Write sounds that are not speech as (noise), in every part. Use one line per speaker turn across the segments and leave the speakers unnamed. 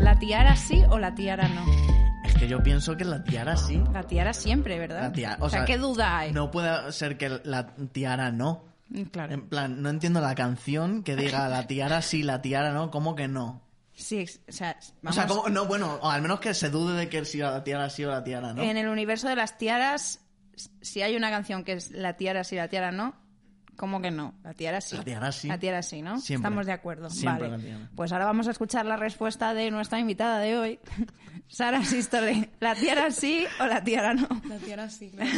¿La tiara sí o la tiara no?
Es que yo pienso que la tiara sí.
La tiara siempre, ¿verdad?
La tiara, o
o sea,
sea,
¿qué duda hay?
No Em, puede ser que la tiara no.
Mm, Claro.
En plan, no entiendo la canción que diga la tiara sí, la tiara no, ¿cómo que no?
Sí, ex- o sea,
O sea,
vamos,
¿cómo? no, bueno, o al menos que se dude de que si la tiara sí o la tiara no.
en el universo de las tiaras, s- si hay una canción que es la tiara sí, la tiara no, ¿cómo que no? La tiara sí.
La tiara sí.
La tiara sí, ¿no?
Siempre.
Estamos de acuerdo.
Siempre
vale.
la tiara.
Pues ahora vamos a escuchar la respuesta de nuestra invitada de hoy, (laughs) Sara Sistole. ¿La tiara sí o la tiara no? (laughs)
La tiara sí, claro.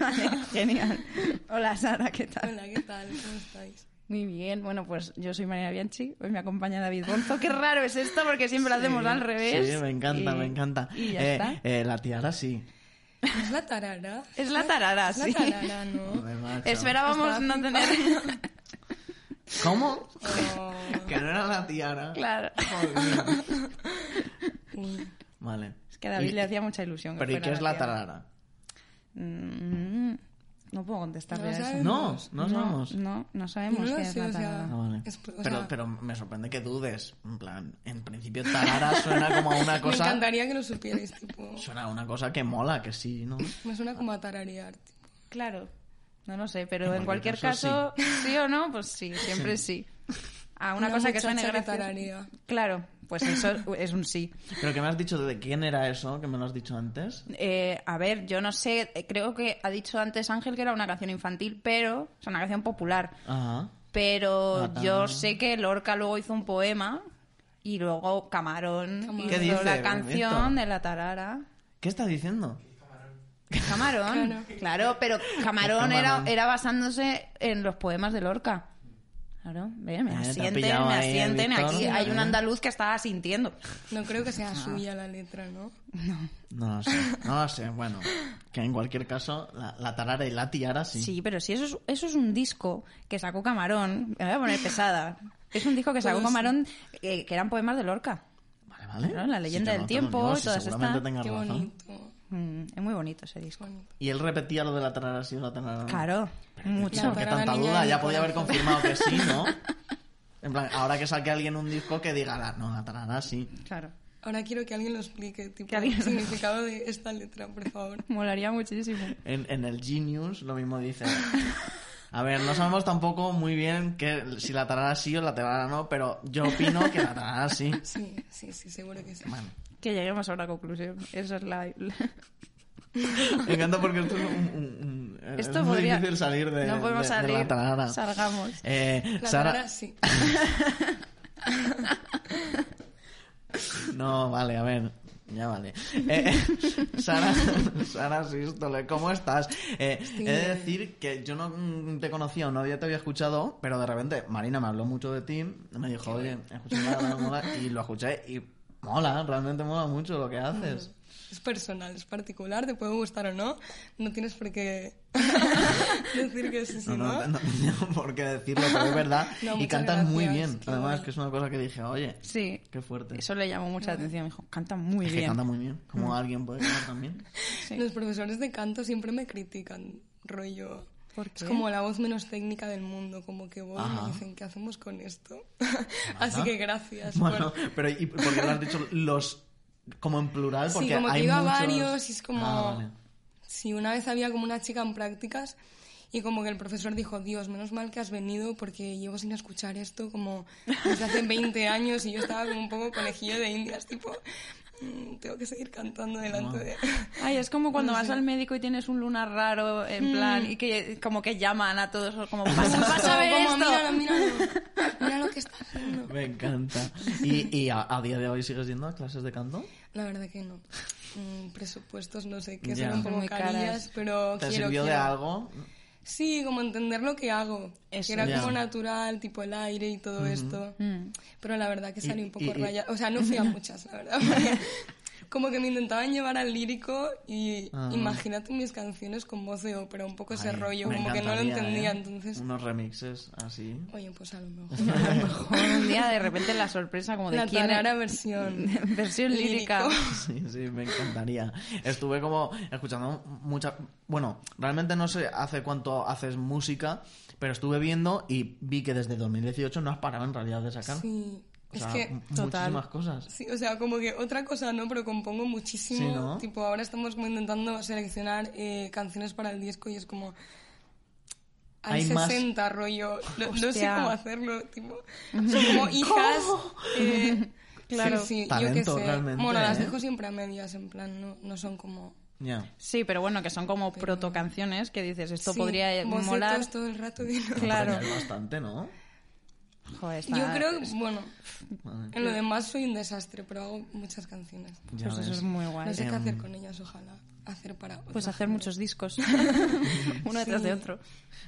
Vale, genial. Hola Sara, ¿qué tal?
Hola, ¿qué tal?
(laughs)
¿Cómo estáis?
Muy bien, bueno, pues yo soy María Bianchi, hoy me acompaña David Bonzo. Qué raro es esto porque siempre lo hacemos al revés.
Sí, me encanta,
Y-
me encanta.
Y ya
Eh,
está.
eh, la tiara sí.
¿Es la tarara?
Es la tarara,
Es la
sí.
tarara, ¿no?
Joder, macho.
(laughs) Esperábamos no tener.
¿Cómo?
O-
Que no era la
(laughs)
tiara.
claro.
Joder.
Uy,
Vale.
Es que a David
Y-
le hacía mucha ilusión. que
Pero ¿y
fuera
qué es la
tía.
tarara?
Mm, no puedo contestar
No
a eso.
sabemos.
No, no sabemos.
No, no sabemos
No lo
qué
sé,
es la
o sea,
tarara.
Ah, vale.
Es- o
pero,
sea-
pero me sorprende que dudes. En plan, en principio tarara suena como a una
(laughs) Me
cosa...
encantaría que lo supierais, tipo...
Suena a una cosa que mola, que sí, ¿no?
Me suena como a tararear. tipo.
Claro. No lo sé, pero
En
en
cualquier
cualquier
caso,
caso, sí. o no, pues sí, siempre sí. A una,
Una
cosa que suene
muchacha que
graciosa.
tararea.
Claro, pues eso es un sí.
Pero que me has dicho de quién era eso, que me lo has dicho antes.
Eh, a ver, yo no sé, eh, creo que ha dicho antes Ángel que era una canción infantil, pero es una canción popular.
Ajá.
Pero
Ah,
yo
ah.
sé que Lorca luego hizo un poema y luego Camarón
Camarón.
¿Qué
hizo
dice?
la
Bonito.
canción de la tarara.
¿Qué estás diciendo?
Camarón, claro, pero Camarón,
Camarón.
Era, era basándose en los poemas de Lorca. Claro, ve, me
Eh, te has
asienten, me
pillado ahí,
asienten.
Víctor.
Aquí hay un
Eh.
andaluz que está asintiendo.
No creo que
Ah.
sea suya la letra, ¿no?
No lo sé, no lo sé. Bueno, que en cualquier caso, la, la tarara y la tiara sí.
Sí, pero si eso es, eso es un disco que sacó Camarón, me voy a poner pesada. Es un disco que sacó
Pues-
Todo sí.
Camarón eh, que eran poemas de Lorca.
Vale, vale.
Claro, la leyenda
que
del
te lo
tiempo
niego,
y
si
todas
seguramente
estas.
tengas
Qué
razón.
bonito.
Mm, es muy bonito ese disco.
bonito.
Y él repetía lo de la tarara sí o la tarara no.
Claro, mucho.
Claro, que
tarara
tanta
niña
duda,
del
ya podía haber
corazón.
confirmado que sí, ¿no? En plan, ahora que saque alguien un disco que diga, la- no, la tarara sí.
Claro.
Ahora quiero que alguien lo explique, tipo,
Que alguien-
el significado de esta letra, por favor.
Molaría muchísimo.
En, en el Genius lo mismo dice. A ver, no sabemos tampoco muy bien que, si la tarara sí o la tarara no, pero yo opino que la tarara sí.
Sí, sí, sí, seguro que sí.
Bueno,
Que lleguemos a una conclusión. Esa es la.
me encanta porque esto es, un- un- un- es
Esto
muy
podría-
difícil salir de,
no podemos
de- de
salir.
la tarara.
Salgamos.
Eh,
La
Sara-
tarara sí.
No, vale, a ver. Ya vale. Eh,
(laughs)
Sara, Sara Sístole, ¿cómo estás? Eh, he de decir que yo no mm, te conocía o no ya te había escuchado, pero de repente Marina me habló mucho de ti, me dijo, oye, escuché la la mola, y lo escuché y mola, realmente mola mucho lo que haces.
Es personal, es particular, te puede gustar o no. No tienes
(laughs)
por qué decir que sí, sí,
No,
¿no?
no, no tenía (laughs) por qué decirlo, pero es verdad.
(laughs) No,
y
muchas
cantas muy
gracias,
bien.
qué
Además,
guay.
que es una cosa que dije, oye,
Sí.
qué fuerte.
Eso le llamó mucha atención. Me dijo, canta muy
Es que
bien.
canta muy bien.
Mm.
Como alguien puede cantar también.
Los profesores de canto siempre me critican, rollo.
¿Por
Es
qué?
como la voz menos técnica del mundo, como que voy y
Ajá.
me dicen, ¿qué hacemos con esto? (laughs) Así que gracias.
Bueno,
por-
(laughs) pero ¿y por qué lo has dicho los como en plural? Porque
Sí, como
hay
que iba a
muchos...
varios y es como...
Ah, vale.
Sí, una vez había como una chica en prácticas y como que el profesor dijo, Dios, menos mal que has venido porque llevo sin escuchar esto como desde hace 20 años y yo estaba como un poco conejillo de indias, tipo, "Mm, tengo que seguir cantando delante de...
Ay, es como cuando vas al médico y tienes un lunar raro,
Mm.
en plan, y que como que llaman a todos, como
(laughs)
pasa, pasa a ver
Como,
esto.
Míralo, míralo, mira lo que está haciendo.
Me encanta. ¿Y, y a, a día de hoy sigues yendo a clases de canto?
La verdad que no. Mm, presupuestos, no sé, que
Ya.
son un poco
Muy caras.
carillas, pero
¿Te
quiero,
sirvió de
quiero.
algo?
Sí, como entender lo que hago.
Eso. Mm.
que era
Ya.
como natural, tipo el aire y todo esto. Pero la verdad que salí un
y-
poco
y-
rayada. O sea, no
(laughs)
fui a muchas, la verdad. porque como que me intentaban llevar al lírico y
Ah.
imagínate mis canciones con voz Pues de ópera, un poco ese
Ay,
rollo,
me
como que no lo
encantaría,
entendía.
¿eh?
Entonces,
Unos remixes así. (laughs)
oye, pues a lo mejor.
A lo mejor (laughs) un día de repente la sorpresa como de
La
quién
tarara
era
versión.
(laughs) versión lírica.
lírico.
Sí, sí, me encantaría. Estuve como escuchando mucha... Bueno, realmente no sé hace cuánto haces música, pero estuve viendo y vi que desde 2018 no has parado en realidad de sacar.
Sí.
O sea, mm,
es que,
m-
total.
muchísimas cosas.
sí, o sea, como que otra cosa no, pero compongo muchísimo.
Sí, ¿no?
Tipo, ahora estamos como intentando seleccionar eh, canciones para el disco y es como... Hay,
Hay más.
60 rollo. No, no sé
Hostia.
cómo hacerlo, tipo. Son como hijas. eh,
Claro.
sí, sí,
Talento,
yo qué sé.
realmente,
Bueno, las
¿eh?
dejo siempre a medias, en plan, no, no son como.
Ya.
Sí, pero bueno, que son como protocanciones que dices, esto
Sí,
podría
bocetos
molar.
todo el rato. (laughs) y no.
Claro.
Pero bastante, ¿no?
Joder, está-
Yo creo, que, bueno,
Vale.
en lo demás soy un desastre, pero hago muchas canciones.
Ya
Pues eso
ves.
es muy
No
guay.
sé qué
Em,
hacer con ellas, ojalá. Hacer para. otra
Pues hacer
gente.
muchos
(laughs)
discos, (laughs) uno detrás
Sí.
de otro.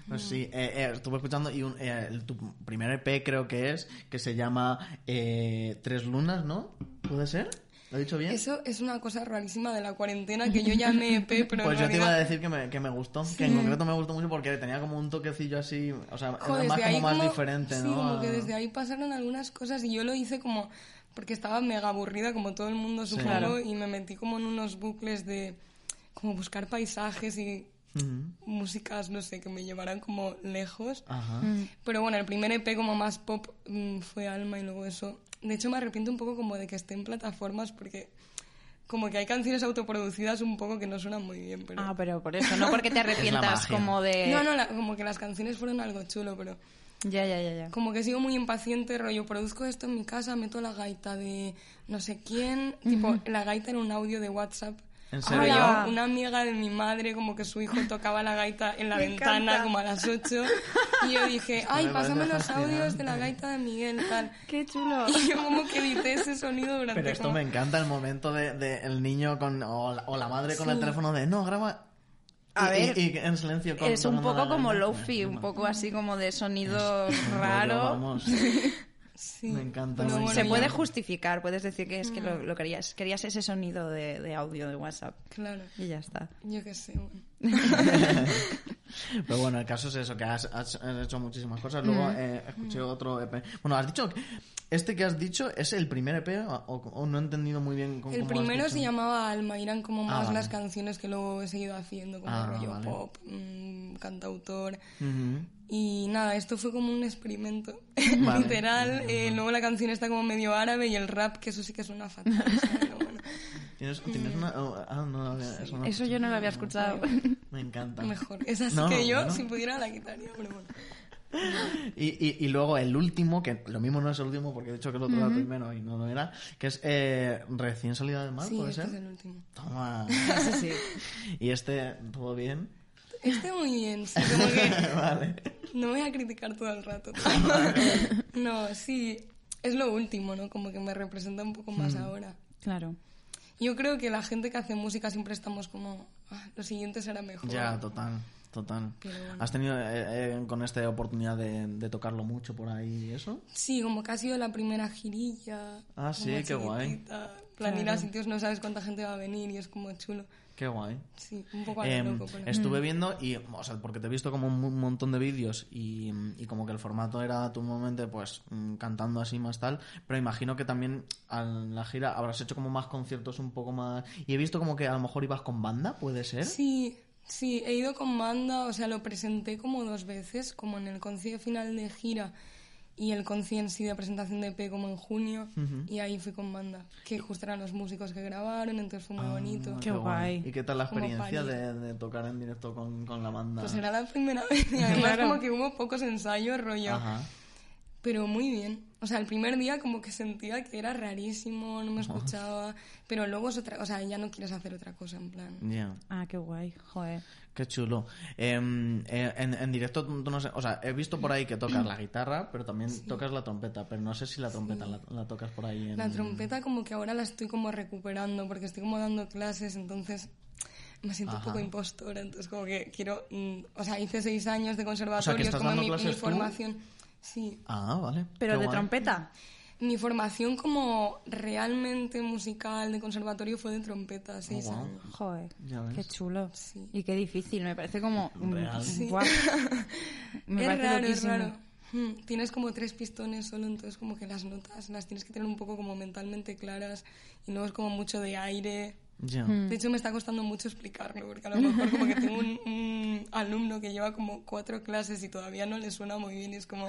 Pues sí, eh, eh, estuve escuchando y un- eh, el- tu primer EP creo que es, que se llama eh, Tres Lunas, ¿no? ¿Puede ser? ¿Lo he dicho bien?
Eso es una cosa rarísima de la cuarentena que yo
(laughs)
llamé EP, pero.
pues
en
yo te iba a
realidad-
decir que me, que me gustó, que en concreto me gustó mucho porque tenía como un toquecillo así, o sea,
Jo,
era más
desde
como
ahí
más
como-
diferente,
sí,
¿no?
como que
A-
desde ahí pasaron algunas cosas y yo lo hice como porque estaba mega aburrida como todo el mundo supongo
Claro.
y me metí como en unos bucles de como buscar paisajes y
Ujú.
músicas, no sé, que me llevaran como lejos.
Ajá.
Pero bueno, el primer EP como más pop mm, fue Alma y luego eso. De hecho me arrepiento un poco como de que esté en plataformas porque como que hay canciones autoproducidas un poco que no suenan muy bien, pero...
Ah, eh. pero por eso, no
(laughs)
porque te arrepientas
magia.
como de...
No, no, la- como que las canciones fueron algo chulo, pero...
Ya, ya, ya, ya.
Como que sigo muy impaciente, rollo, produzco esto en mi casa, meto la gaita de no sé quién, tipo, la gaita era un audio de WhatsApp.
¿En
Rollo,
serio?
Hola.
una amiga de mi madre, como que su hijo tocaba la gaita en la
Me
ventana,
encanta.
como a las 8, y yo dije, ay,
me parece
pásame los audios de
fascinante.
la gaita de Miguel, tal.
¡Qué chulo!
Y yo como que edité ese sonido durante
Pero esto
como-
me encanta, el momento del de, el niño con, o, la, o la madre con el teléfono de, no, graba.
A
y,
ver,
y- y en silencio. con-
Es un
tomando
poco
la-
como
la-
lofi, un poco así como de sonido
Rollo,
raro. (laughs)
Vamos.
Sí.
me encanta,
Pero
me
bueno, Mm.
Se
yo-
puede justificar, puedes decir que es que lo, lo querías, querías ese sonido de, de audio de WhatsApp.
Claro,
Y ya está.
yo qué sé, bueno.
Pero bueno, el caso es eso, que has, has- has hecho muchísimas cosas.
Mm.
Luego eh, escuché otro EP. Bueno, has dicho... que- Este que has dicho es el primer EP o, o no he entendido muy bien cómo
El
cómo lo has
primero
dicho?
se llamaba Alma, y eran como más
vale.
las canciones que luego he seguido haciendo, como
Ah,
rollo
vale.
pop, mm, cantautor.
Ujú.
Y nada, esto fue como un experimento, (laughs)
Vale.
literal. eh, luego la canción está como medio árabe y el rap, que eso sí que suena fatal. o sea, pero bueno,
¿Tienes, tienes una... oh, ah, no, no, eso
Mm.
no.
Eso yo no lo había escuchado.
Me encanta.
Ah, mejor. Es así
No,
que yo,
no.
si pudiera, la quitaría, pero bueno.
Y, y, y luego el último, que lo mismo no es el último porque he dicho que el otro era el primero y no lo era, que es eh, recién salida del mar,
sí,
¿puede
este
ser?
es el último. (laughs)
Toma.
(laughs) Sí, sí.
y este, ¿todo bien? (laughs)
Este muy bien, sí, como que
vale.
no me voy a criticar todo el
(laughs)
rato.
Ah,
no, sí, es lo último, ¿no? Como que me representa un poco
Mm.
más ahora.
Claro.
Yo creo que la gente que hace música siempre estamos como, "Ah, lo siguiente será mejor.
Ya, total, total.
Pero bueno.
¿Has tenido eh, eh, con esta oportunidad de, de tocarlo mucho por ahí y eso?
Sí, como que ha sido la primera girilla.
Ah, sí,
como
qué guay.
chiquitita. En plan, ir a sitios no sabes cuánta gente va a venir y es como chulo.
Qué guay.
Sí, un poco a lo
Em,
loco. Mm. pero-
estuve viendo y, o sea, porque te he visto como un mu- montón de vídeos y, y como que el formato era tu momento, pues, mm, cantando así más tal, pero imagino que también a la gira habrás hecho como más conciertos un poco más... Y he visto como que a lo mejor ibas con banda, ¿puede ser?
Sí, sí, he ido con banda, o sea, lo presenté como dos veces, como en el concierto final de gira y el concierto en sí de presentación de EP como en junio, y ahí fui con banda, que justo eran los músicos que grabaron, entonces fue muy bonito.
Ah,
Qué guay.
¿Y qué tal la
Como
experiencia
París.
de, de tocar en directo con, con la banda?
Pues era la primera (laughs) vez, y además
Claro.
como que hubo pocos ensayos, rollo.
Ajá.
Pero muy bien. O sea, el primer día como que sentía que era rarísimo, no me escuchaba, pero luego es otra, o sea, ya no quieres hacer otra cosa en plan.
Ya.
Ah, qué guay. Joder.
Qué chulo. Em, eh, en, en directo, tú no sé, o sea, he visto por ahí que tocas la guitarra, pero también tocas la trompeta, pero no sé si la trompeta la, la tocas por ahí en...
La trompeta como que ahora la estoy como recuperando porque estoy como dando clases, entonces me siento un poco impostora, entonces como que quiero, mm, o sea, hice seis años de conservatorio, es
estás
como
dando
mi, mi
clases tú.
formación. Sí,
Ah, vale.
Pero
Qué
de
guay.
trompeta.
mi formación como realmente musical de conservatorio fue de trompeta, seis
guau.
años.
Joder.
Ya ves.
Qué chulo.
Sí.
Y qué difícil. Me parece como...
Real.
Sí. (laughs)
Guau. Me
es
parece
raro,
loquísimo.
es raro. Mm, Tienes como tres pistones solo, entonces como que las notas las tienes que tener un poco como mentalmente claras y luego es como mucho de aire.
Ya.
De hecho me está costando mucho explicarlo porque a lo mejor como que tengo un, un alumno que lleva como cuatro clases y todavía no le suena muy bien y es como...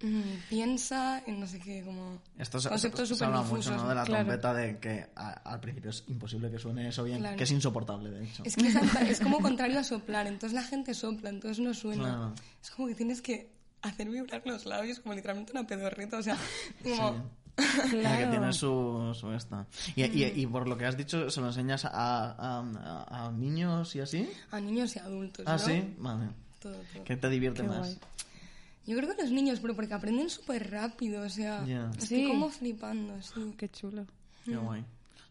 mm, piensa en no sé qué, como
Esto se,
conceptos
se- se
súper
habla mucho
difusos.
¿no? de la
claro.
trompeta, de que a- al principio es imposible que suene eso bien,
Claro.
que es insoportable, de hecho.
Es que es, anta- es como contrario a soplar, entonces la gente sopla, entonces no suena.
Claro.
Es como que tienes que hacer vibrar los labios, como literalmente una pedorreta, o sea, como...
La que
Claro.
tiene su, su esta. Y, y- y por lo que has dicho, ¿se lo enseñas a, a- a- a niños y así?
A niños y adultos,
Ah,
Pues ¿no?
sí, vale.
Todo, todo.
Que te divierte
Qué
más.
guay.
Yo creo que los niños, pero porque aprenden súper rápido, o sea,
Ya.
estoy
Sí.
como flipando, sí.
Qué chulo.
Qué
Mm.
guay.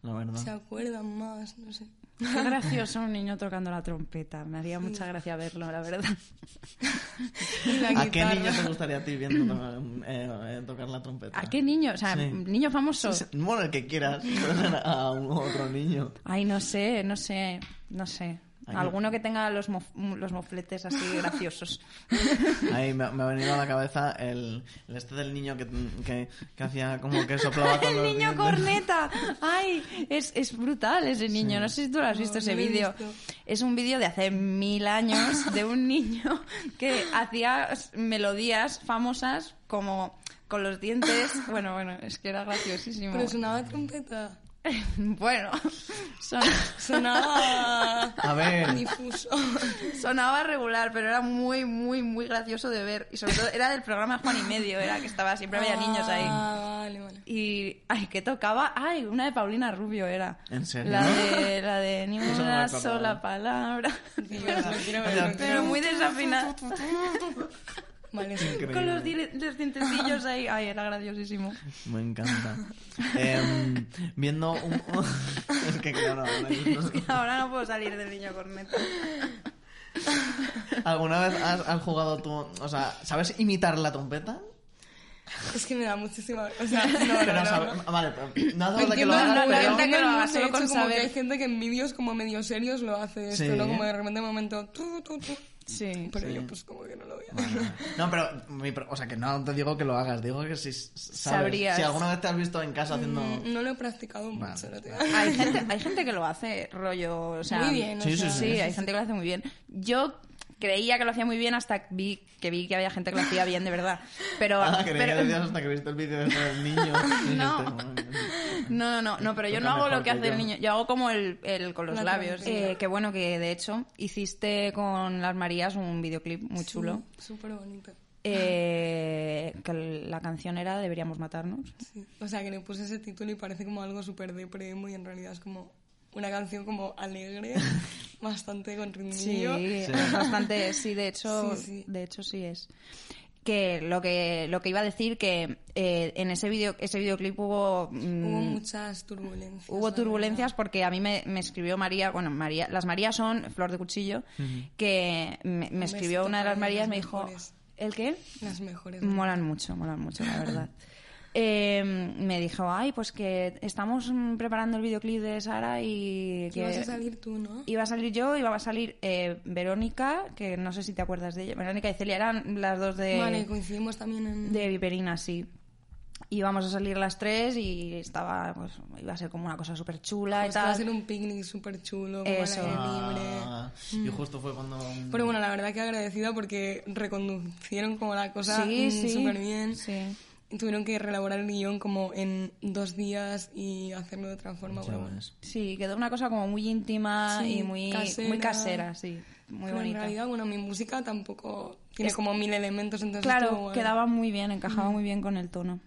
La verdad.
Se acuerdan más, no sé.
Qué gracioso un niño tocando la trompeta. Me haría mucha gracia verlo, la
(laughs)
verdad.
Y la
¿A qué
guitarra.
niño te gustaría a ti
(laughs)
viendo tocar, eh, eh, tocar la trompeta?
¿A qué niño? O sea, mm,
Sí.
niño famoso.
Bueno, el que
(laughs)
quieras. A un otro niño.
Ay, no sé, no sé, no sé.
Ay,
Alguno que tenga los, mof- los mofletes así
(laughs)
graciosos.
Ahí me, me ha venido a la cabeza el, el este del niño que, que, que hacía como que soplaba
(laughs)
con
¡El
los
niño
dientes.
corneta! ¡Ay! Es, es brutal ese niño. No sé si tú lo has
No,
visto ese
no lo he
vídeo.
visto.
Es un vídeo de hace mil
(laughs)
años de un niño que hacía melodías famosas como con los dientes. Bueno, bueno, es que era graciosísimo.
Pero sonaba trompeta.
(laughs) Bueno, son-
Sonaba
A ver,
difuso.
sonaba regular, pero era muy, muy, muy gracioso de ver. Y sobre todo era del programa Juan y Medio, era que estaba siempre había niños ahí.
Ah, vale, vale.
Y, ay, que tocaba, ay, una de Paulina Rubio era.
¿En serio?
La
(laughs)
de, la de ni
Eso no me
una
acordaba.
sola palabra.
(laughs)
Dios, no quiero verlo,
Ya.
no quiero
Pero muy desafinada.
(laughs) Vale,
(laughs)
sí.
Increíble.
Con los, dire- los dientecillos ahí. Ay, era graciosísimo.
me encanta. Em, viendo un... (laughs) es que claro, no- (laughs)
Es que ahora no puedo salir del niño corneta.
¿Alguna vez has, has jugado tú? O sea, ¿sabes imitar la trompeta?
Es que me da muchísima... O (laughs) sea, no,
Pero
no, no,
sabe-
no.
Vale, pero no hace
Pues
falta que
Entiendo,
lo
no,
hagas,
no, la
pero...
verdad-
gente que lo haga,
De
solo
hecho,
con
como que
saber.
hay
Hay gente que en vídeos como medio serios lo hace
esto,
esto,
Sí. ¿no?
¿no?
Como
Como
de
de repente un momento...
Sí.
Pero
Sí. yo, pues,
yo pues como que no lo veo.
No, pero, mi pro- o sea, que no te digo que lo hagas, digo que si s- sabes.
Sabrías. Mm,
Si alguna vez te has visto en casa haciendo...
Mm, No lo he practicado
Vale.
mucho, no te
Vale.
Hay gente, hay gente que lo hace rollo. O sea,
Muy bien, o
Sí,
Sí,
sea, sí.
hay gente que lo hace muy bien. Yo creía que lo hacía muy bien hasta que vi que, vi que había gente que lo hacía bien de verdad. Pero.
Ah, creí
pero-
que decías hasta que viste el vídeo
(laughs)
de ese niño.
No.
Dijiste, "Bueno".
No, no, no, no, pero yo
Toca
no hago
mejor
lo que
que
hace
yo.
el niño, yo hago como el, el con los
La
labios.
trompeta.
Eh, que bueno que de hecho hiciste con las Marías un videoclip muy chulo,
Súper bonito.
eh, que la canción era Deberíamos matarnos.
Sí. O sea, que le puse ese título y parece como algo súper depremo y en realidad es como una canción como
(laughs)
alegre, bastante con ritmillo.
Sí.
es eh, bastante, sí, de hecho,
Sí, sí.
de hecho sí es. Que lo que lo que iba a decir que eh, en ese video ese videoclip hubo mm,
Hubo muchas turbulencias.
Hubo
la
turbulencias
verdad.
porque a mí me, me escribió María, bueno, María, las Marías son Flor de Cuchillo, que me, me
Un
escribió
besito
una de las
para
Marías,
ellas
me dijo,
mejores.
¿el qué?
Las mejores.
Molan mucho, molan mucho, la
(laughs)
verdad. Eh, me dijo, ay, pues que estamos mm, preparando el videoclip de Sara y
Que
que...
vas a salir tú, ¿no?
Iba a salir yo, iba a salir eh, Verónica, que no sé si te acuerdas de ella. Verónica y Celia eran las dos de
Vale, coincidimos también en...
de Viperina, sí. Íbamos a salir las tres y estaba, pues, iba a ser como una cosa súper chula y
Pues que va a
tal.
ser un picnic súper chulo, como
Eso.
al aire libre.
Ah, y
Mm.
justo fue cuando...
Pero bueno, la verdad que agradecida porque reconducieron como la cosa
Sí,
mm,
sí.
súper bien.
Sí.
Y Tuvieron que reelaborar el guión como en dos días y hacerlo de otra forma.
Ya
pero bueno.
ves.
Sí, quedó una cosa como muy íntima
Sí,
y muy
casera.
muy casera sí. Muy
Pero en
bonita.
realidad, bueno, mi música tampoco tiene
Es-
como mil elementos, entonces pues, estuvo Mm.
Claro,
guay.
quedaba muy bien, encajaba muy bien con el tono.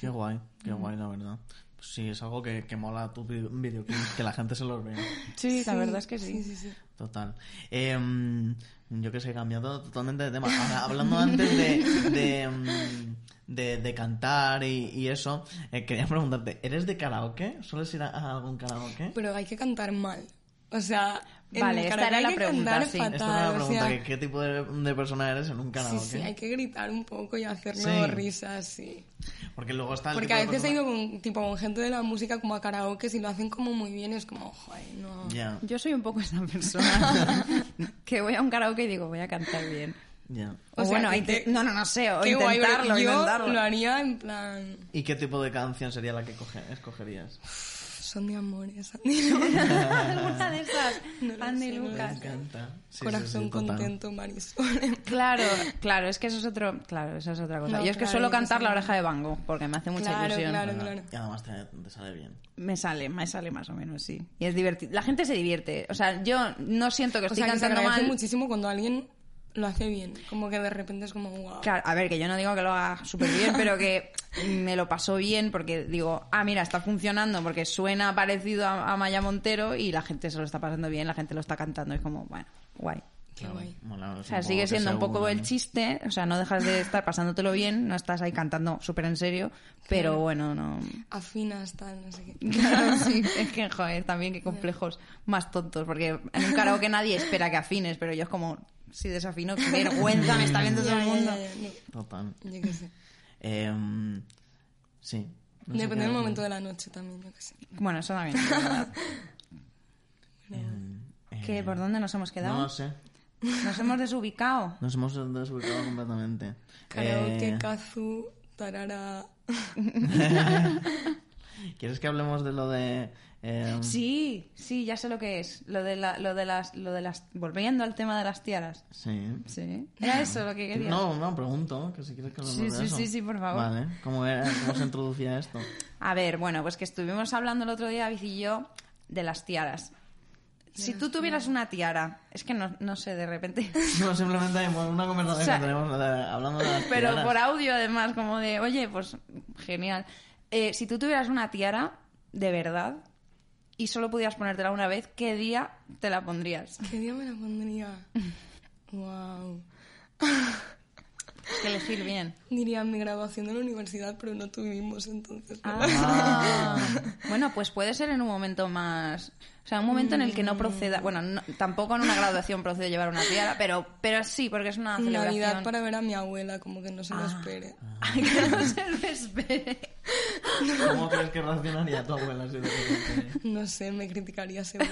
Qué guay, qué guay, la verdad. Pues sí, es algo que, que mola tu vi- videoclip, que la gente se los vea.
(laughs) Sí, la
Sí,
verdad es que sí.
sí, sí, sí.
Total. Em, yo que sé, cambiando totalmente de tema. Ahora, hablando antes de, de, em, de- de cantar y, y eso, eh, quería preguntarte, ¿eres de karaoke? ¿Sueles ir a, a algún karaoke?
Pero hay que cantar mal. O sea, en
Vale,
el
esta
karaoke
era la
hay que
pregunta,
cantar
sí.
Esta es una
fatal, o
pregunta,
sea,
que ¿qué tipo de, de persona eres en un
Sí,
karaoke?
sí, hay que gritar un poco y hacernos
Sí.
risas, sí.
Porque luego está el
Porque
tipo
a
de
veces he
persona-
ido con, tipo, con gente de la música como a karaoke y lo hacen como muy bien, es como, joder, no.
Ya,
Yo soy un poco esa
(laughs)
persona (laughs) que voy a un karaoke y digo, voy a cantar bien.
ya.
O,
O sea,
bueno,
que
inte-
te-
no, no, no sé, o
Qué guay, pero
intentarlo,
yo
intentarlo.
lo haría en plan
¿Y qué tipo de canción sería la que coge- escogerías?
Son de amores.
(laughs) Alguna de esas.
(laughs) No lo
Andy
sé, no lo
Lucas.
sé.
encanta. Sí, sí,
Corazón
sí, total.
contento, Marisol.
Claro, claro, es que eso es otro, claro, eso es otra cosa.
No,
Yo es que
claro,
suelo
yo que
cantar
sé.
la oreja de Van Gogh porque me hace mucha
Claro,
ilusión.
claro.
Y además te, te sale bien.
Me sale, me sale más o menos, sí. Y es divertido. La gente se divierte. O sea, yo no siento que
O
estoy
sea, que se
cantando
agradece
mal.
muchísimo cuando alguien lo hace bien. Como que de repente es como, wow.
Claro, a ver, que yo no digo que lo haga súper bien, pero que me lo pasó bien porque digo, ah, mira, está funcionando porque suena parecido a, a Maya Montero y la gente se lo está pasando bien, la gente lo está cantando. Es como, bueno, guay.
Qué
Claro,
guay.
mola,
O
es
sea,
un
sigue
poco que
siendo
se
un poco
unan.
el chiste, o sea, no dejas de estar pasándotelo bien, no estás ahí cantando súper en serio, pero bueno,
(laughs)
no.
Afinas, tal, no sé qué.
(laughs) Claro, sí, es que, joder, también qué complejos más tontos, porque en
(laughs)
un karaoke nadie espera que afines, pero yo es como, si desafino, qué vergüenza, me está viendo todo
Ya,
el
ya,
mundo.
ya, ya,
Total.
no, yo qué sé.
Em, sí. No sé qué Eh.
Depende del
decir.
momento de la noche también, yo qué sé.
Bueno, eso también. es verdad.
(laughs) Em, eh,
¿Qué, ¿Por dónde nos hemos quedado?
No lo sé.
Nos hemos desubicado.
Nos hemos desubicado completamente.
Karaoke,
Eh,
kazu, tarara.
¿Quieres que hablemos de lo de... em,
Sí, sí, ya sé lo que es. Lo de, la, lo de, las, lo de las. Volviendo al tema de las tiaras.
Sí.
Sí.
(laughs)
Era eso lo que quería.
No, no, pregunto, que si quieres que hablemos
Sí,
de
sí,
eso.
sí, sí, por favor.
Vale, ¿cómo, era, cómo se
(laughs)
introducía esto?
A ver, bueno, pues que estuvimos hablando el otro día, David y yo, de las tiaras. Si tú tuvieras una tiara, es que no, no sé, (laughs) de repente.
No, simplemente hay una conversación
O sea,
que tenemos de- hablando de las
Pero
tiraras.
por audio, además, como de, oye, pues genial. Eh, si tú tuvieras una tiara, de verdad, y solo pudieras ponértela una vez, ¿qué día te la pondrías?
¿Qué día me la pondría? wow.
Hay que elegir bien.
Diría mi graduación de la universidad, pero no tuvimos entonces. ¿no? (laughs)
Ah. Bueno, pues puede ser en un momento más. O sea, un momento en el que no proceda. Bueno, no- tampoco en una graduación procede llevar una tiara, pero, pero sí, porque es una celebración. Ah.
Navidad para ver a mi abuela, como que no se lo espere.
(laughs) Ay, que no se lo espere.
¿Cómo crees que reaccionaría tu abuela si de repente-
No sé, me
(laughs)
criticaría seguro.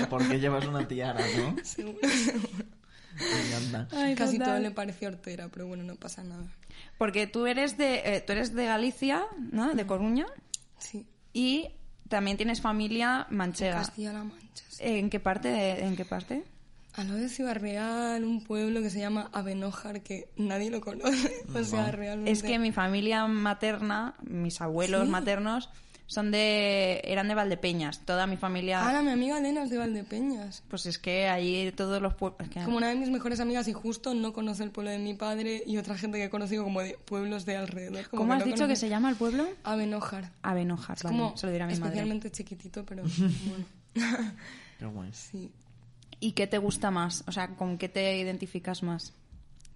que (laughs) ¿Por qué llevas una tiara, no?
seguro, seguro.
Me encanta.
Casi todo le parece hortera, pero bueno, no pasa nada.
Porque tú eres de, eh, tú eres de Galicia, ¿no? De Coruña.
Sí.
Y también tienes familia manchega.
Castilla-La Mancha. sí.
¿En qué parte? de- ¿En qué parte?
Al lado de Ciudad Real, un pueblo que se llama Avenojar, que nadie lo conoce. (laughs) O sea, realmente.
Es que mi familia materna, mis abuelos
Sí.
maternos, son de, eran de Valdepeñas. Toda mi familia.
Ahora, mi amiga Elena es de Valdepeñas.
Pues es que allí todos los pueblos. es que-
Como una de mis mejores amigas y justo no conoce el pueblo de mi padre y otra gente que he conocido como de pueblos de alrededor. como
¿Cómo has
no
dicho que
conoce-
se llama el pueblo?
Avenojar.
Avenojar.
Es
vale,
como
se lo dirá mi madre.
especialmente
(laughs)
chiquitito, pero bueno. (laughs)
Qué guay.
sí.
¿Y qué te gusta más? O sea, ¿con qué te identificas más?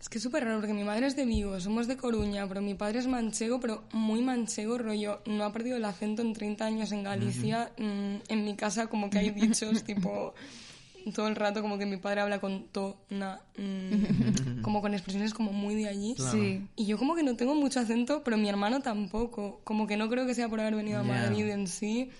Es que es súper raro porque mi madre es de Vigo, somos de Coruña, pero mi padre es manchego, pero muy manchego, rollo. No ha perdido el acento en 30 años en Galicia. Mm, en mi casa, como que hay dichos tipo. Todo el rato, como que mi padre habla con to, na, mm, como con expresiones como muy de allí.
Sí.
Y yo, como que no tengo mucho acento, pero mi hermano tampoco. Como que no creo que sea por haber venido a
Ya.
Madrid en sí,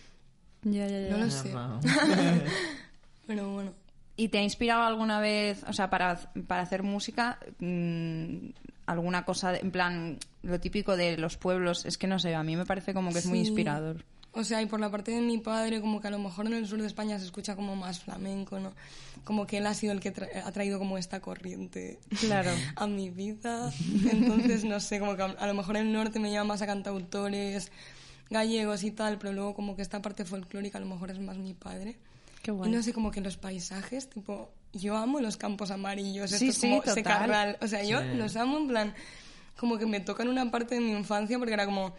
Ya, ya, ya.
No lo
Es
sé.
raro.
(laughs) pero bueno.
¿Y te ha inspirado alguna vez, o sea, para, para hacer música, mm, alguna cosa, de- en plan, lo típico de los pueblos? Es que no sé, a mí me parece como que es muy
Sí.
inspirador.
O sea, y por la parte de mi padre, como que a lo mejor en el sur de España se escucha como más flamenco, ¿no? Como que él ha sido el que tra- ha traído como esta corriente
Claro.
(laughs) a mi vida. Entonces, no sé, como que a, a lo mejor el norte me lleva más a cantautores gallegos y tal, pero luego como que esta parte folclórica a lo mejor es más mi padre.
Qué
Y no sé, como que los paisajes, tipo, yo amo los campos amarillos,
Sí,
esto
sí,
como
total.
secarral, o sea, yo
Sí.
los amo en plan, como que me tocan una parte de mi infancia porque era como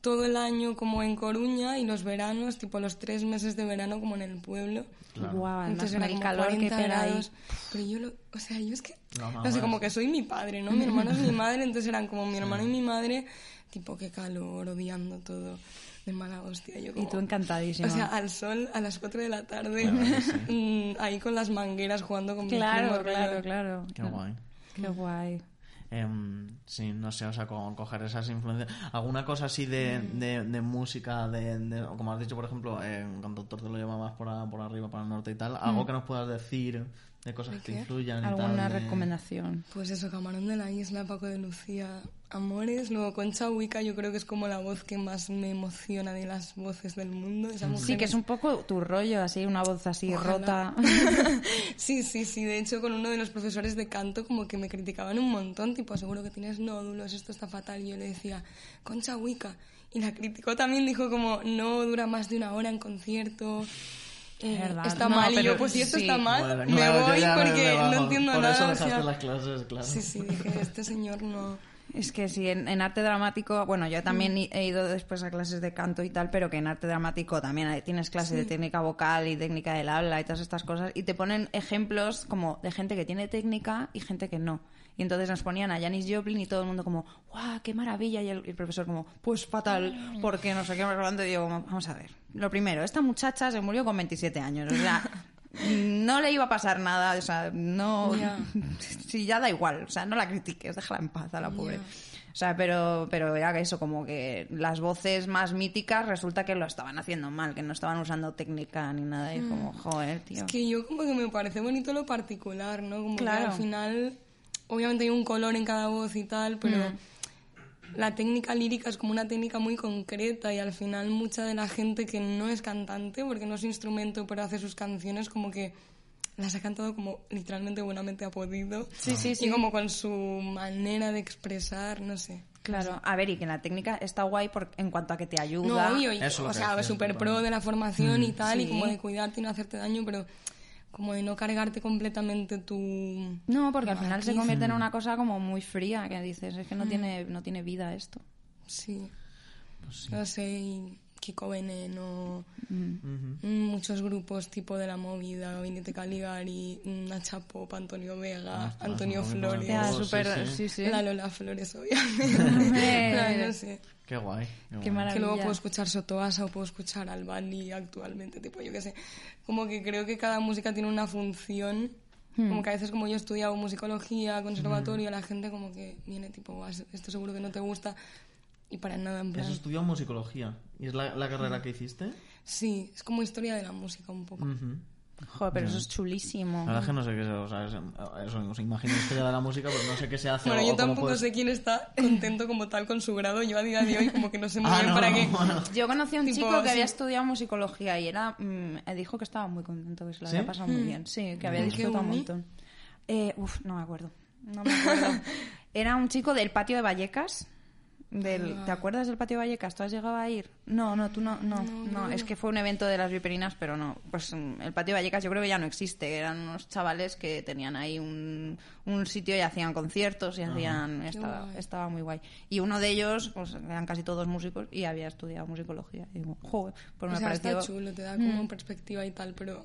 todo el año como en Coruña y los veranos, tipo los tres meses de verano como en el pueblo.
Claro.
Guau, Ah, además
Entonces
con
era
el
como
calor que
40
pega ahí.
grados. Pero yo lo, o sea, yo es que,
Lo
no
amabas.
sé, como que soy mi padre, ¿no? Mi hermano es mi madre, entonces eran como mi hermano y mi madre, tipo qué calor, odiando todo, de mala hostia. Yo
Y
como,
tú encantadísima.
o sea, al sol a las 4 de la tarde,
Claro que sí.
(laughs) mm, ahí con las mangueras jugando con mi
claro,
primo,
claro,
rollo.
claro.
Qué guay.
Qué guay.
Em, sí, no sé, o sea, con coger esas influencias. ¿Alguna cosa así de,
Mm.
de, de música, de, de- o como has dicho, por ejemplo, eh, cantautor te lo lleva más por, a- por arriba, para el norte y tal?
Mm.
¿Algo que nos puedas decir de cosas que te influyan y tal?
¿Alguna
de-
recomendación?
Pues eso, Camarón de la Isla, Paco de Lucía, amores. Luego Concha Huica yo creo que es como la voz que más me emociona de las voces del mundo. Esa mujer
Sí, que es un poco tu rollo, así, una voz así
Ojalá.
rota.
(laughs)
(laughs)
sí, sí, sí. De hecho, con uno de los profesores de canto como que me criticaban un montón, tipo, seguro que tienes nódulos, esto está fatal. Y yo le decía, concha huica. Y la criticó también, dijo como, no dura más de una hora en concierto. eh,
Es verdad.
está
No,
mal. Y
pero
yo, pues si esto
sí.
está mal,
Bueno,
me
claro, yo
voy
ya me-
porque
me
no
bajo.
entiendo
Por
nada.
Eso
o
dejaste
sea,
las clases, claro.
Sí, sí, dije, este señor no...
Es que sí, en, en arte dramático, bueno, yo también i- he ido después a clases de canto y tal, pero que en arte dramático también hay- tienes clases de técnica vocal y técnica del habla y todas estas cosas, y te ponen ejemplos como de gente que tiene técnica y gente que no. Y entonces nos ponían a Janis Joplin y todo el mundo como, ¡guau, qué maravilla! Y el, y el profesor como, pues fatal, porque no sé qué me hablando. Y yo como, vamos a ver, lo primero, esta muchacha se murió con 27 años, o sea... No le iba a pasar nada, o sea, no.
Ya.
Sí, ya da igual, o sea, no la critiques, déjala en paz a la pobre.
Ya.
O sea, pero, pero era eso, como que las voces más míticas resulta que lo estaban haciendo mal, que no estaban usando técnica ni nada, y como, joder, tío.
Mm. Es que yo como que me parece bonito lo particular, ¿no? Como
Claro.
que al final, obviamente hay un color en cada voz y tal, pero
Mm.
la técnica lírica es como una técnica muy concreta y al final mucha de la gente que no es cantante, porque no es instrumento, pero hace sus canciones como que las ha cantado como literalmente buenamente ha podido.
Sí, sí, sí.
Y como con su manera de expresar, no sé.
Claro, a ver, y que la técnica está guay por- en cuanto a que te ayuda.
No, obvio, y-
Eso lo
o
que
sea,
decías,
súper pro
totalmente.
de la formación y tal, y
Sí.
como de cuidarte y no hacerte daño, pero como de no cargarte completamente tu...
No, porque al
Como
final se
Mm.
aquí.
convierte en una cosa como muy fría, que dices, es que
Mm.
no tiene, no tiene vida esto.
Sí.
Pues
No sé, y Kiko Veneno, mm, muchos grupos tipo de la movida, Vinite Caligari, mm, Nacha Pop, Antonio
Ah,
Vega, Antonio
Antonio Vega.
Flores,
Ya,
Ya,
Oh, sí,
súper,
sí.
sí, sí.
la Lola Flores, obviamente. Ay, no sé.
Qué guay. Qué,
Qué
guay.
maravilla.
Que luego puedo escuchar Sotoasa o puedo escuchar Albani actualmente, tipo yo qué sé. Como que creo que cada música tiene una función.
Hmm.
Como que a veces como yo he estudiado musicología, conservatorio, la gente como que viene tipo, "Buah, esto seguro que no te gusta. Y para nada, en plan... Mm.
Has estudiado musicología. ¿Y es la, la carrera que hiciste?
Sí, es como historia de la música un poco.
Ujú.
Joder, pero eso es chulísimo.
La verdad es que no sé qué se, o sea, es- eso mismo, se imagina historia de la música, pero no sé qué se hace.
Bueno,
o-
yo
o cómo
tampoco
puedes-
sé quién está contento como tal con su grado. Yo a día de hoy como que
(laughs)
no sé muy
Ah,
bien
no,
para
no,
qué.
bueno.
(laughs)
Yo conocí a un
Tipo,
chico que
sí.
había estudiado musicología y era mm, dijo que estaba muy contento, que se lo
¿Sí?
había pasado muy bien. Sí, que había
¿En qué
disfrutado un
uni?
montón. Eh, uf, no me acuerdo. No me (laughs) acuerdo. era un chico del patio de Vallecas. Del, ¿Te acuerdas del patio de Vallecas? ¿Tú has llegado a ir? No, no, tú no, Ah. no, no, Es que fue un evento de las viperinas, pero no. Pues mm, el patio de Vallecas yo creo que ya no existe. Eran unos chavales que tenían ahí un, un sitio y hacían conciertos y hacían... Estaba,
guay.
estaba muy guay. Y uno de ellos, pues eran casi todos músicos y había estudiado musicología. Y digo, joder, pues
O
me
sea, está
pareció... Hmm.
chulo, te da como perspectiva y tal, pero...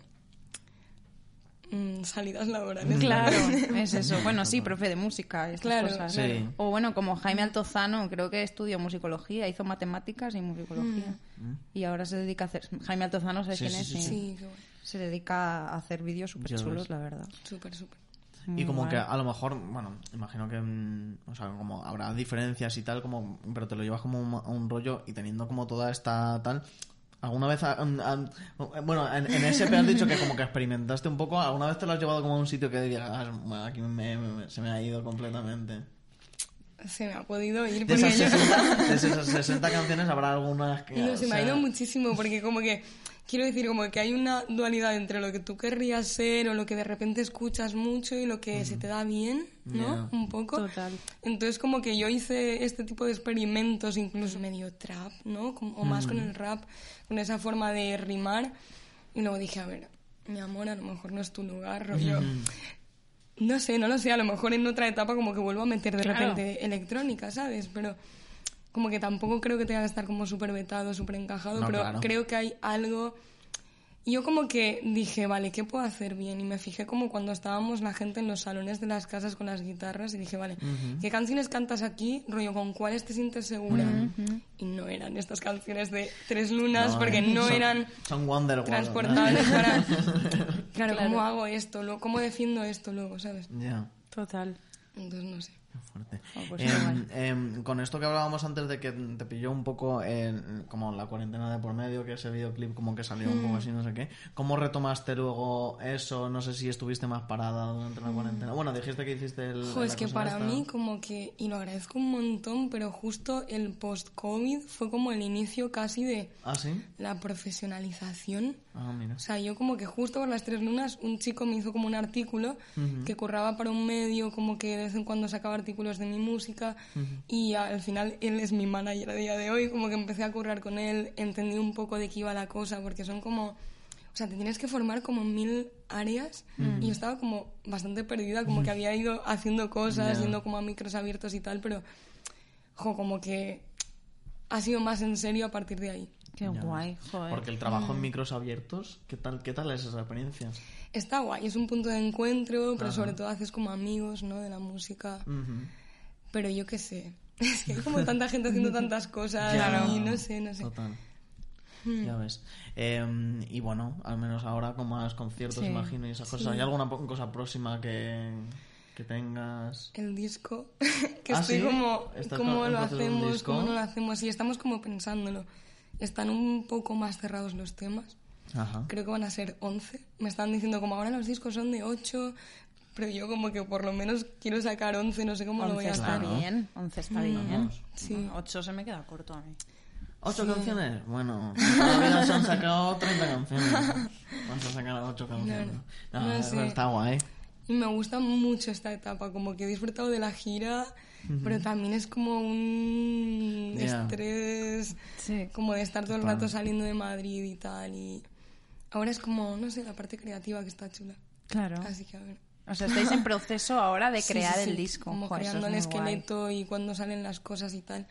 mm, salidas laborales.
(laughs)
(laughs)
Claro, Eh. es eso. Bueno, sí, profe de música, estas
Claro,
cosas.
Sí.
O bueno, como Jaime Altozano, creo que estudió musicología, hizo matemáticas y musicología.
Mm.
Y ahora se dedica a hacer... Jaime Altozano, ¿sabes
Mm. Sí,
quién
sí,
es?
sí,
Sí, qué bueno.
Se dedica a hacer vídeos súper chulos,
ves.
la verdad.
Súper, súper.
Y como
Guay.
que a lo mejor, bueno, imagino que, mm, o sea, como habrá diferencias y tal, como, pero te lo llevas como un, a un rollo y teniendo como toda esta tal. ¿Alguna vez, a- an- an- bueno, en, en ese has dicho que como que experimentaste un poco, ¿alguna vez te lo has llevado como a un sitio que digas, "Ah, bueno, aquí me- me- se me ha ido completamente?
Se me ha podido ir
De
porque
esas
Pues yo... (laughs)
60, de esas 60 canciones habrá algunas que...
No,
o
se me ha
sea,
ido muchísimo porque como que... Quiero decir, como que hay una dualidad entre lo que tú querrías ser o lo que de repente escuchas mucho y lo que se te da bien,
Ya.
¿no? Un poco.
Total.
Entonces como que yo hice este tipo de experimentos, incluso medio trap, ¿no? Como- o más con el rap, con esa forma de rimar. Y luego dije, a ver, mi amor, a lo mejor no es tu lugar, rollo. No sé, no lo sé, a lo mejor en otra etapa como que vuelvo a meter de
Claro.
repente electrónica, ¿sabes? Pero como que tampoco creo que tenga que estar como súper vetado, súper encajado,
No,
pero
claro.
creo que hay algo... Y yo como que dije, vale, ¿qué puedo hacer bien? Y me fijé como cuando estábamos la gente en los salones de las casas con las guitarras y dije, vale, ¿qué canciones cantas aquí? Rollo, ¿con cuáles te sientes segura? Y no eran estas canciones de Tres Lunas,
no,
porque
eh,
no
son-
eran
Son Wonderwall. ¿no?
transportables
(laughs)
para... Claro, ¿cómo hago esto? Luego, ¿Cómo defiendo esto luego, sabes?
Ya.
Total.
Entonces no sé.
fuerte.
Oh, pues
Em,
igual.
em, con esto que hablábamos antes de que te pilló un poco en- como la cuarentena de por medio, que ese videoclip como que salió un
Hmm.
poco así, no sé qué. ¿Cómo retomaste luego eso? No sé si estuviste más parada durante la cuarentena. Bueno, dijiste que hiciste el...
Hmm. Jo,
la
es que
cosa
para
esta.
mí como que, y lo agradezco un montón, pero justo el post-COVID fue como el inicio casi de
¿Ah, sí?
la profesionalización.
Ah, mira.
O sea, yo como que justo por las tres lunas un chico me hizo como un artículo que curraba para un medio, como que de vez en cuando sacaba artículos de mi música y al final él es mi manager a día de hoy, como que empecé a currar con él, entendí un poco de qué iba la cosa, porque son como... O sea, te tienes que formar como en mil áreas y yo estaba como bastante perdida, como que había ido haciendo cosas,
Ya.
yendo como a micros abiertos y tal, pero, jo, como que ha sido más en serio a partir de ahí.
Qué
Ya
guay,
ves.
joder.
Porque el
Hmm.
trabajo en micros abiertos, ¿qué tal, qué tal es esa experiencia?
Está guay, es un punto de encuentro, pero
Ajá.
sobre todo haces como amigos, ¿no? De la música.
Ujú.
Pero yo qué sé. (laughs) Es que hay como tanta gente haciendo tantas cosas
Ya.
y no sé, no sé. Hmm.
Total. Ya ves. Eh, y bueno, al menos ahora con más conciertos,
Sí.
imagino, y esas cosas. ¿Hay alguna po- cosa próxima que, que tengas?
El disco, (laughs) que
Ah,
estoy
¿sí?
como,
¿Estás
cómo
con-
lo
entonces un
hacemos,
disco?
cómo no lo hacemos, y estamos como pensándolo. Están un poco más cerrados los temas,
Ajá.
creo que van a ser 11. Me están diciendo como ahora los discos son de 8, pero yo como que por lo menos quiero sacar 11, no sé cómo lo voy
11
a
está
hacer.
Claro.
bien, 11 está bien.
Vamos.
Sí.
8 se me queda corto a mí.
¿Ocho canciones? Bueno, todavía se han sacado 30 canciones. Vamos a sacar ocho canciones.
No,
No,
no
eso
sé.
está guay.
Y me gusta mucho esta etapa, como que he disfrutado de la gira, pero también es como un
Ya.
estrés,
Sí.
como de estar todo el
Total.
rato saliendo de Madrid y tal. Y ahora es como, no sé, la parte creativa que está chula.
Claro.
Así que a ver.
O sea, estáis en proceso ahora de
Sí,
crear
sí, sí,
el disco.
Como
Jo, eso
creando
es
el
muy guay.
esqueleto y cuando salen las cosas y tal.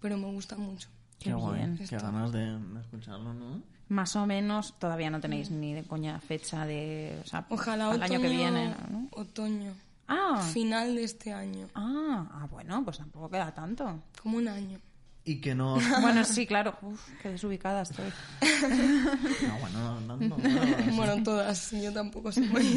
Pero me gusta mucho.
Qué bien.
Qué ganas de, de escucharlo, ¿no?
Más o menos, todavía no tenéis ni de coña fecha de. O sea,
Ojalá
al
otoño.
año que viene. ¿no?
Otoño.
Ah,
Final de este año.
ah, ah, bueno, pues tampoco queda tanto.
Como un año.
Y que
(laughs)
no...
Bueno, sí, claro. Uf, qué desubicada estoy.
No, bueno, no, no, no.
Bueno, todas. Yo tampoco sé (laughs) muy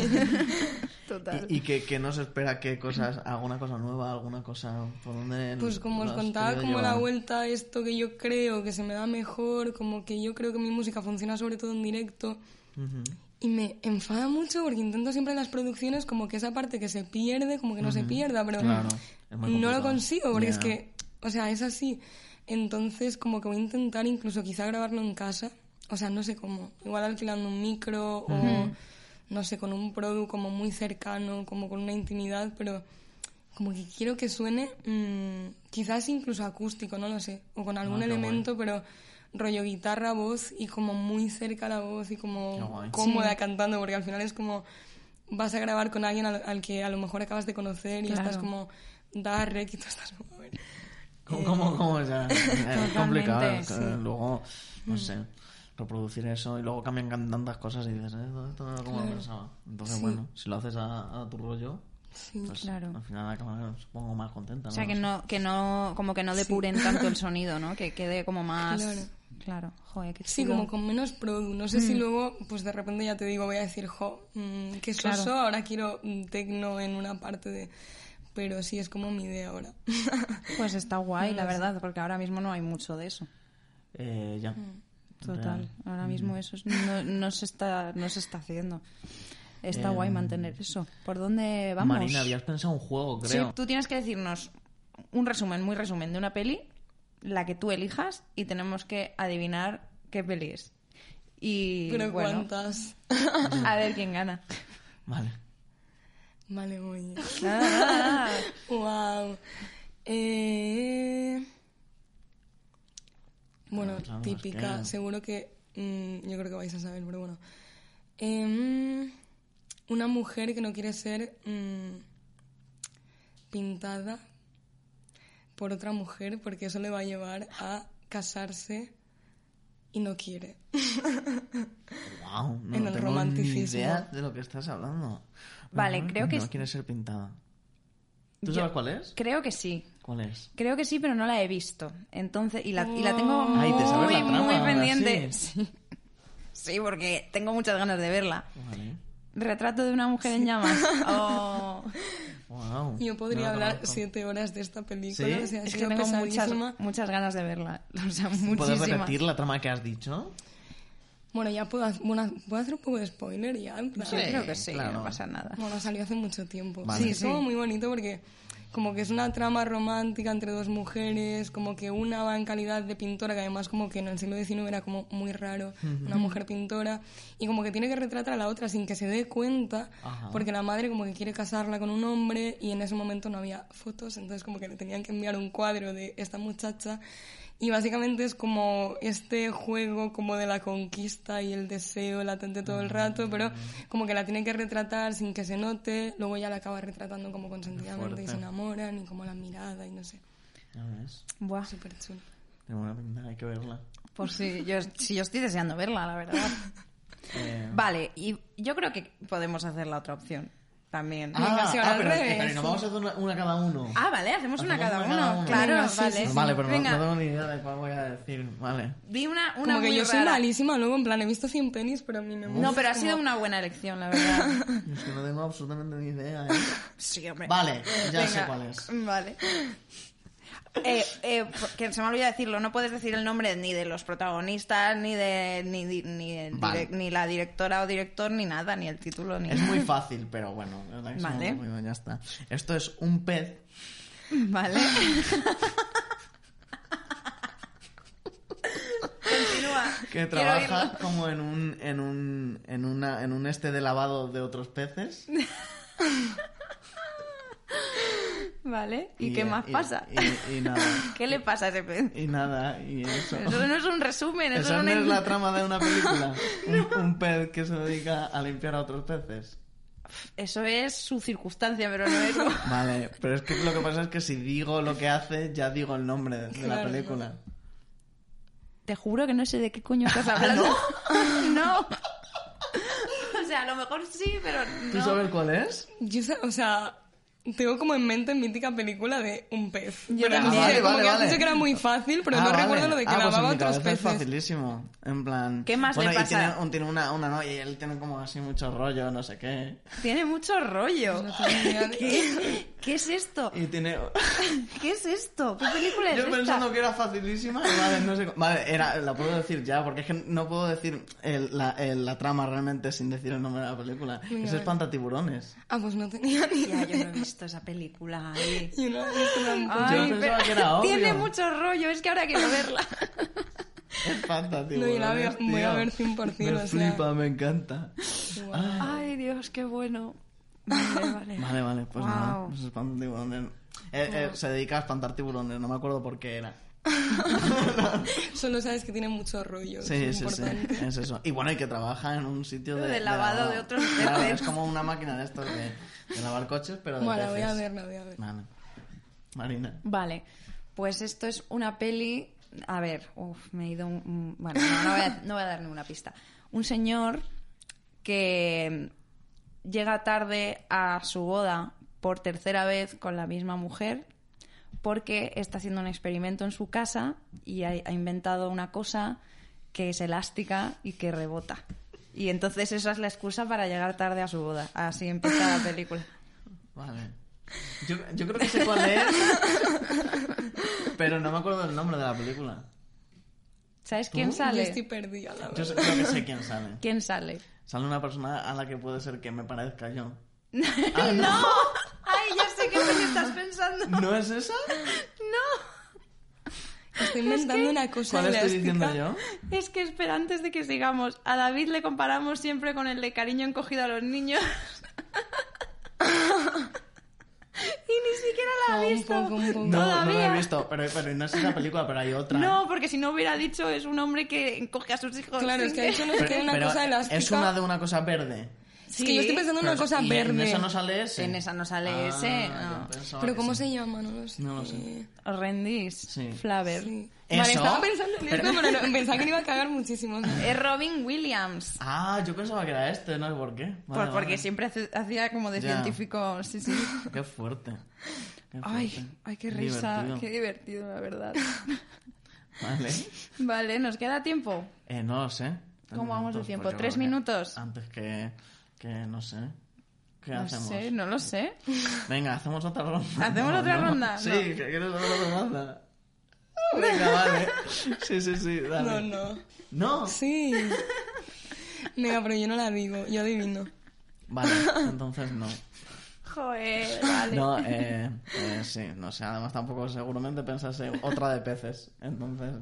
Total.
Y, y que, que nos espera que cosas, alguna cosa nueva, alguna cosa por donde...
Pues como os
lo has
contaba,
querido
como la
Mm, llevar?
vuelta a esto que yo creo que se me da mejor, como que yo creo que mi música funciona sobre todo en directo.
Ujú.
Y me enfada mucho porque intento siempre en las producciones como que esa parte que se pierde, como que no se pierda, pero
Claro, es muy
no
complicado.
lo consigo porque es
Ya.
que, o sea, es así. Entonces como que voy a intentar incluso quizá grabarlo en casa, o sea, no sé cómo, igual alquilando un micro o no sé, con un produ como muy cercano, como con una intimidad, pero como que quiero que suene mm, quizás incluso acústico, no lo sé, o con algún
Ah, qué guay.
elemento, pero rollo guitarra, voz y como muy cerca la voz y como
Qué guay.
cómoda cantando, porque al final es como vas a grabar con alguien al, al que a lo mejor acabas de conocer y
Claro.
estás como da rec y tú estás como a ver. eh,
¿Cómo, cómo, cómo? O
(laughs)
sea, es
Totalmente,
complicado. eh,
sí.
Luego, no
Mm.
sé, reproducir eso y luego cambian can- tantas cosas y dices, eh, todo esto no era como lo pensaba. Entonces, bueno, si lo haces a, a tu rollo,
Sí.
pues
Claro.
al final acabas, supongo, más contenta.
O sea, que
sé.
no, que no, como que no depuren tanto
(laughs)
el sonido, ¿no? Que quede como más.
Claro.
Claro. Joder, qué
Sí,
chulo.
como con menos produ. No sé si
Mm.
luego, pues de repente ya te digo, voy a decir, jo, mm, qué soso,
Claro.
ahora quiero un tecno en una parte de... Pero sí, es como mi idea ahora.
Pues está guay, la verdad, porque ahora mismo no hay mucho de eso.
Eh, ya.
Mm.
Total,
Real. Mm.
ahora mismo eso es- no, no se está, no se está haciendo. Está
Eh,
guay mantener eso. ¿Por dónde vamos?
Marina, habías pensado un juego,
Sí,
creo.
tú tienes que decirnos un resumen, muy resumen, de una peli, la que tú elijas, y tenemos que adivinar qué peli es. Y
(laughs) Pero
bueno,
cuántas...
(laughs)
(laughs)
a ver quién gana.
Vale.
Vale, muy bien.
Nada, nada, nada.
Wow. Eh... Bueno,
Ah, claro,
típica.
es que-
Seguro que mm, yo creo que vais a saber, pero bueno. Em, una mujer que no quiere ser mm, pintada por otra mujer porque eso le va a llevar a casarse y no quiere.
Wow, no
En el
tengo
romanticismo.
ni idea de lo que estás hablando.
Vale,
Una mujer
creo que
No
es-
quiere ser pintada. ¿Tú
Yo-
sabes cuál es?
Creo que sí.
¿Cuál es?
Creo que sí, pero no la he visto. Entonces, y la, y la tengo muy,
Ay, te sabes la trama
muy
ahora,
pendiente.
sí.
Sí. (laughs) Sí, porque tengo muchas ganas de verla.
Vale.
(laughs)
Retrato de una mujer en llamas. Oh.
Wow.
Yo podría
No lo
hablar
conozco.
siete horas de esta película.
¿Sí?
O sea, ha
Es que
sido
tengo muchas,
pesadísima.
muchas ganas de verla. (laughs) O sea,
¿Puedes
muchísimas.
repetir la trama que has dicho?
Bueno, ya puedo, ha- bueno, puedo hacer un poco de spoiler ya. En plan.
Yo creo que sí,
claro.
no pasa nada.
Bueno, salió hace mucho tiempo.
Vale.
Sí, es como muy bonito porque como que es una trama romántica entre dos mujeres, como que una va en calidad de pintora, que además como que en el siglo XIX era como muy raro una mujer pintora, y como que tiene que retratar a la otra sin que se dé cuenta,
Ajá.
porque la madre como que quiere casarla con un hombre y en ese momento no había fotos, entonces como que le tenían que enviar un cuadro de esta muchacha. Y básicamente es como este juego como de la conquista y el deseo latente todo el rato, pero como que la tiene que retratar sin que se note, luego ya la acaba retratando como consentidamente y
fuerte.
se enamoran y como la mirada y no sé,
Ya ves.
Buah,
súper chulo.
Tengo una pinta, hay que verla.
por si yo, si yo estoy deseando verla, la
(laughs)
verdad.
Eh,
Vale, y yo creo que podemos hacer la otra opción también.
Ah. venga, sí, ahora al
pero,
revés.
pero ¿y no vamos a hacer una, una cada uno.
Ah, vale, hacemos una
Hacemos
cada
una
uno.
cada uno.
Claro,
Venga, sí,
vale.
sí, sí.
vale, pero no-
Venga,
no tengo ni idea de cuál voy a decir. Vale.
di una, una
Como que
muy
yo soy
rara.
malísima luego, en plan, he visto 100 pelis, pero a mí me
No, pero ha sido una buena elección, la verdad.
(laughs)
Es que no tengo absolutamente ni idea. ¿eh?
Sí, hombre.
Vale, ya sé
Venga,
cuál es.
Vale. Eh, eh, que se me olvida decirlo, no puedes decir el nombre ni de los protagonistas, ni de ni, ni, ni el direc-
Vale.
ni la directora o director, ni nada, ni el título, ni
Es
nada.
muy fácil, pero bueno. la verdad que es
Vale.
muy bueno, ya está. Esto es un pez.
(laughs) Vale. Continúa.
Que
Quiero
trabaja
oírlo.
como en un, en un, en una, en un este de lavado de otros peces.
Vale. (laughs) ¿Y, qué más pasa?
Y, y nada,
(laughs) ¿Qué le pasa a ese
(laughs)
pez?
y nada, y eso.
Eso no es un resumen, eso,
Esa
es
no
una
es
in- (laughs)
la trama de una película. un, un pez que se dedica a limpiar a otros peces.
Eso es su circunstancia, pero no es...
(laughs) Vale, pero es que lo que pasa es que si digo lo que hace, ya digo el nombre de la
Claro.
película.
Te juro que no sé de qué coño estás hablando. Ah, (laughs) no. O sea, a lo mejor sí, pero
¿Tú
no.
sabes cuál es?
Yo, sa- o sea, tengo como en mente mítica película de un pez.
Yo
Pero no
también.
sé,
Ah, vale,
como
vale,
que has
vale.
dicho que era muy fácil, pero
Ah,
no
vale.
recuerdo lo de que
Ah, pues en
lavaba
mi
otros
cabeza
peces.
Es facilísimo. En plan.
¿Qué más
bueno,
le
y
pasa?
tiene, un- tiene una, una novia y él tiene como así mucho rollo, no sé qué.
Tiene mucho rollo.
No tengo ni
(laughs)
idea de-
¿Qué? ¿Qué es esto?
Y tiene. (laughs)
¿Qué es esto? ¿Qué película es
Eh. Yo
esta?
pensando que era facilísima, y vale, no sé. cómo- Vale, era, la puedo decir ya, porque es que no puedo decir el- la, el- la trama realmente sin decir el nombre de la película.
Venga,
es
vale.
Espantatiburones.
Ah, pues no tenía ni
Ya,
idea.
yo no he visto esa película. ay.
Y no, esto tampoco.
Ay, pensaba que era
tiene
obvio.
mucho rollo, es que ahora quiero
(laughs)
verla.
(laughs)
Espantatiburones.
No, yo la voy a- voy a
tío.
ver 100%,
Me
o sea.
flipa, me encanta.
Guau.
Ay, Dios, qué bueno. Vale, vale.
Vale, vale, pues
Wow.
nada. pues espantastiburones. Eh, eh, se dedica a espantar tiburones, no me acuerdo por qué era.
Solo sabes que tiene mucho rollo.
Sí,
es
sí, sí,
importante.
es eso. Y bueno, y que trabaja en un sitio de,
De lavado de otros
Claro,
peces.
es como una máquina de estos de, de lavar coches, pero de
Bueno, la voy a
peces.
ver, la voy a ver.
Vale. Marina.
Vale, pues esto es una peli. A ver, uf, me he ido. un- un- Bueno, no, no voy a, no voy a dar ninguna pista. Un señor que llega tarde a su boda por tercera vez con la misma mujer porque está haciendo un experimento en su casa y ha, ha inventado una cosa que es elástica y que rebota. Y entonces esa es la excusa para llegar tarde a su boda. Así empieza la película.
Vale. Yo, yo creo que sé cuál es, pero no me acuerdo el nombre de la película.
¿Sabes quién
Yo
sale?
estoy perdida, la
Yo
verdad.
sé- creo que sé quién sale.
¿Quién sale?
Sale una persona a la que puede ser que me parezca
(laughs)
yo. Ah,
¡No! (laughs) ¡Ay, ya sé qué peli estás pensando!
¿No es esa?
¡No!
Estoy inventando una cosa
¿Cuál estoy
elástica.
diciendo yo?
Es que espera, antes de que sigamos, a David le comparamos siempre con el de cariño encogido a los niños. (laughs) y ni siquiera la ha
No, un
visto.
poco, un poco.
No, no la
Todavía.
he visto, pero, pero no es esa película, pero hay otra.
No, porque si no hubiera dicho es un hombre que encoge a sus hijos.
Claro,
sin
es que ha dicho no es que
Pero-
(laughs) una
pero
cosa elástica.
Es una de una cosa verde.
Es que yo estoy pensando en una
Pero
cosa
y En
verde.
esa no sale ese. Ah,
En esa no sale ese, no.
yo pensaba
Pero
que
¿cómo
sí.
se llama? No lo sé. Eh,
No lo sé.
(laughs) Rendís.
Sí.
Flaver.
Sí.
¿Eso?
Vale, estaba pensando en esto, pero no- pensaba que me iba a cagar muchísimo. o
(laughs)
sea.
Es Robin Williams.
Ah, yo pensaba que era este, no sé por qué. Vale,
Por- Pues porque
vale.
siempre hace- hacía como de
Ya.
científico. Sí,
(laughs)
sí.
Qué fuerte. Qué
Ay,
fuerte.
ay, qué risa,
Divertido.
qué divertido, la verdad.
(laughs)
Vale.
Vale, nos queda tiempo.
Eh, no lo sé.
¿Cómo vamos de
Entonces,
tiempo?
pues yo
¿Tres
creo que
minutos?
Antes que, que, no sé. ¿Qué
No
hacemos?
sé, no lo sé.
Venga, hacemos otra ronda.
(laughs) ¿Hacemos
No,
otra
no.
ronda?
Sí,
No.
que quieres hacer otra ronda. Venga, vale.
(laughs)
Sí, sí, sí,
No,
dale.
no.
¿No?
Sí. Venga, pero yo no la digo, yo adivino.
Vale, entonces no.
Joder, vale.
No, eh, eh, sí, no sé, además tampoco seguramente pensase otra de peces, entonces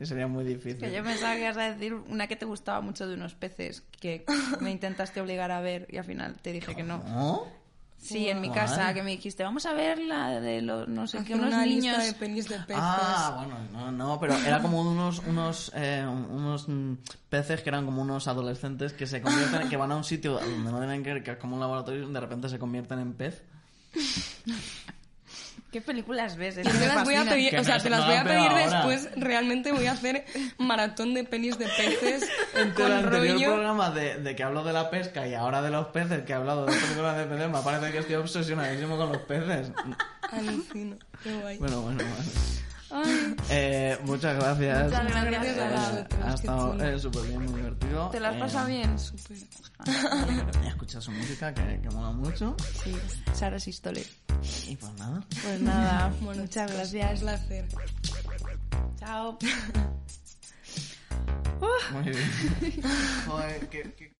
y sería muy difícil.
Que yo pensaba que ibas a decir una que te gustaba mucho de unos peces que me intentaste obligar a ver y al final te dije que no.
¿No?
Sí, en mi
Guay.
casa, que me dijiste, vamos a ver la de los, no sé qué,
Hacer
unos
una
niños.
lista de pelis de peces.
Ah, bueno, no, no, pero era como unos unos eh, unos mm, peces que eran como unos adolescentes que se convierten, que van a un sitio donde no tienen que ir, que es como un laboratorio y de repente se convierten en pez.
¿Qué películas ves? Es
Yo
que
te
me
las voy a
fascinan.
pedir,
Que
o sea,
no
te
es-
las
no,
voy a
pero
pedir
ahora.
después. Realmente voy a hacer maratón de pelis
(laughs)
de peces
Entre el
con
anterior
rollo.
programa de, de que hablo de la pesca y ahora de los peces, que he hablado de películas de peces, me parece que estoy obsesionadísimo con los peces.
Alucino, qué guay.
Bueno, bueno, bueno.
Ay,
Eh, muchas gracias.
Muchas gracias.
gracias a
Eh, ha
vosotros, qué
estado
chulo.
eh, súper bien, muy divertido.
¿Te las
Eh,
has pasado bien?
súper.
He escuchado su música que, que mola mucho.
Sí, Sara Sistole.
Y pues nada.
Pues nada,
Bueno,
muchas
chicos, Un
gracias.
placer.
Chao. (laughs)
Muy bien. Joder, qué- qué-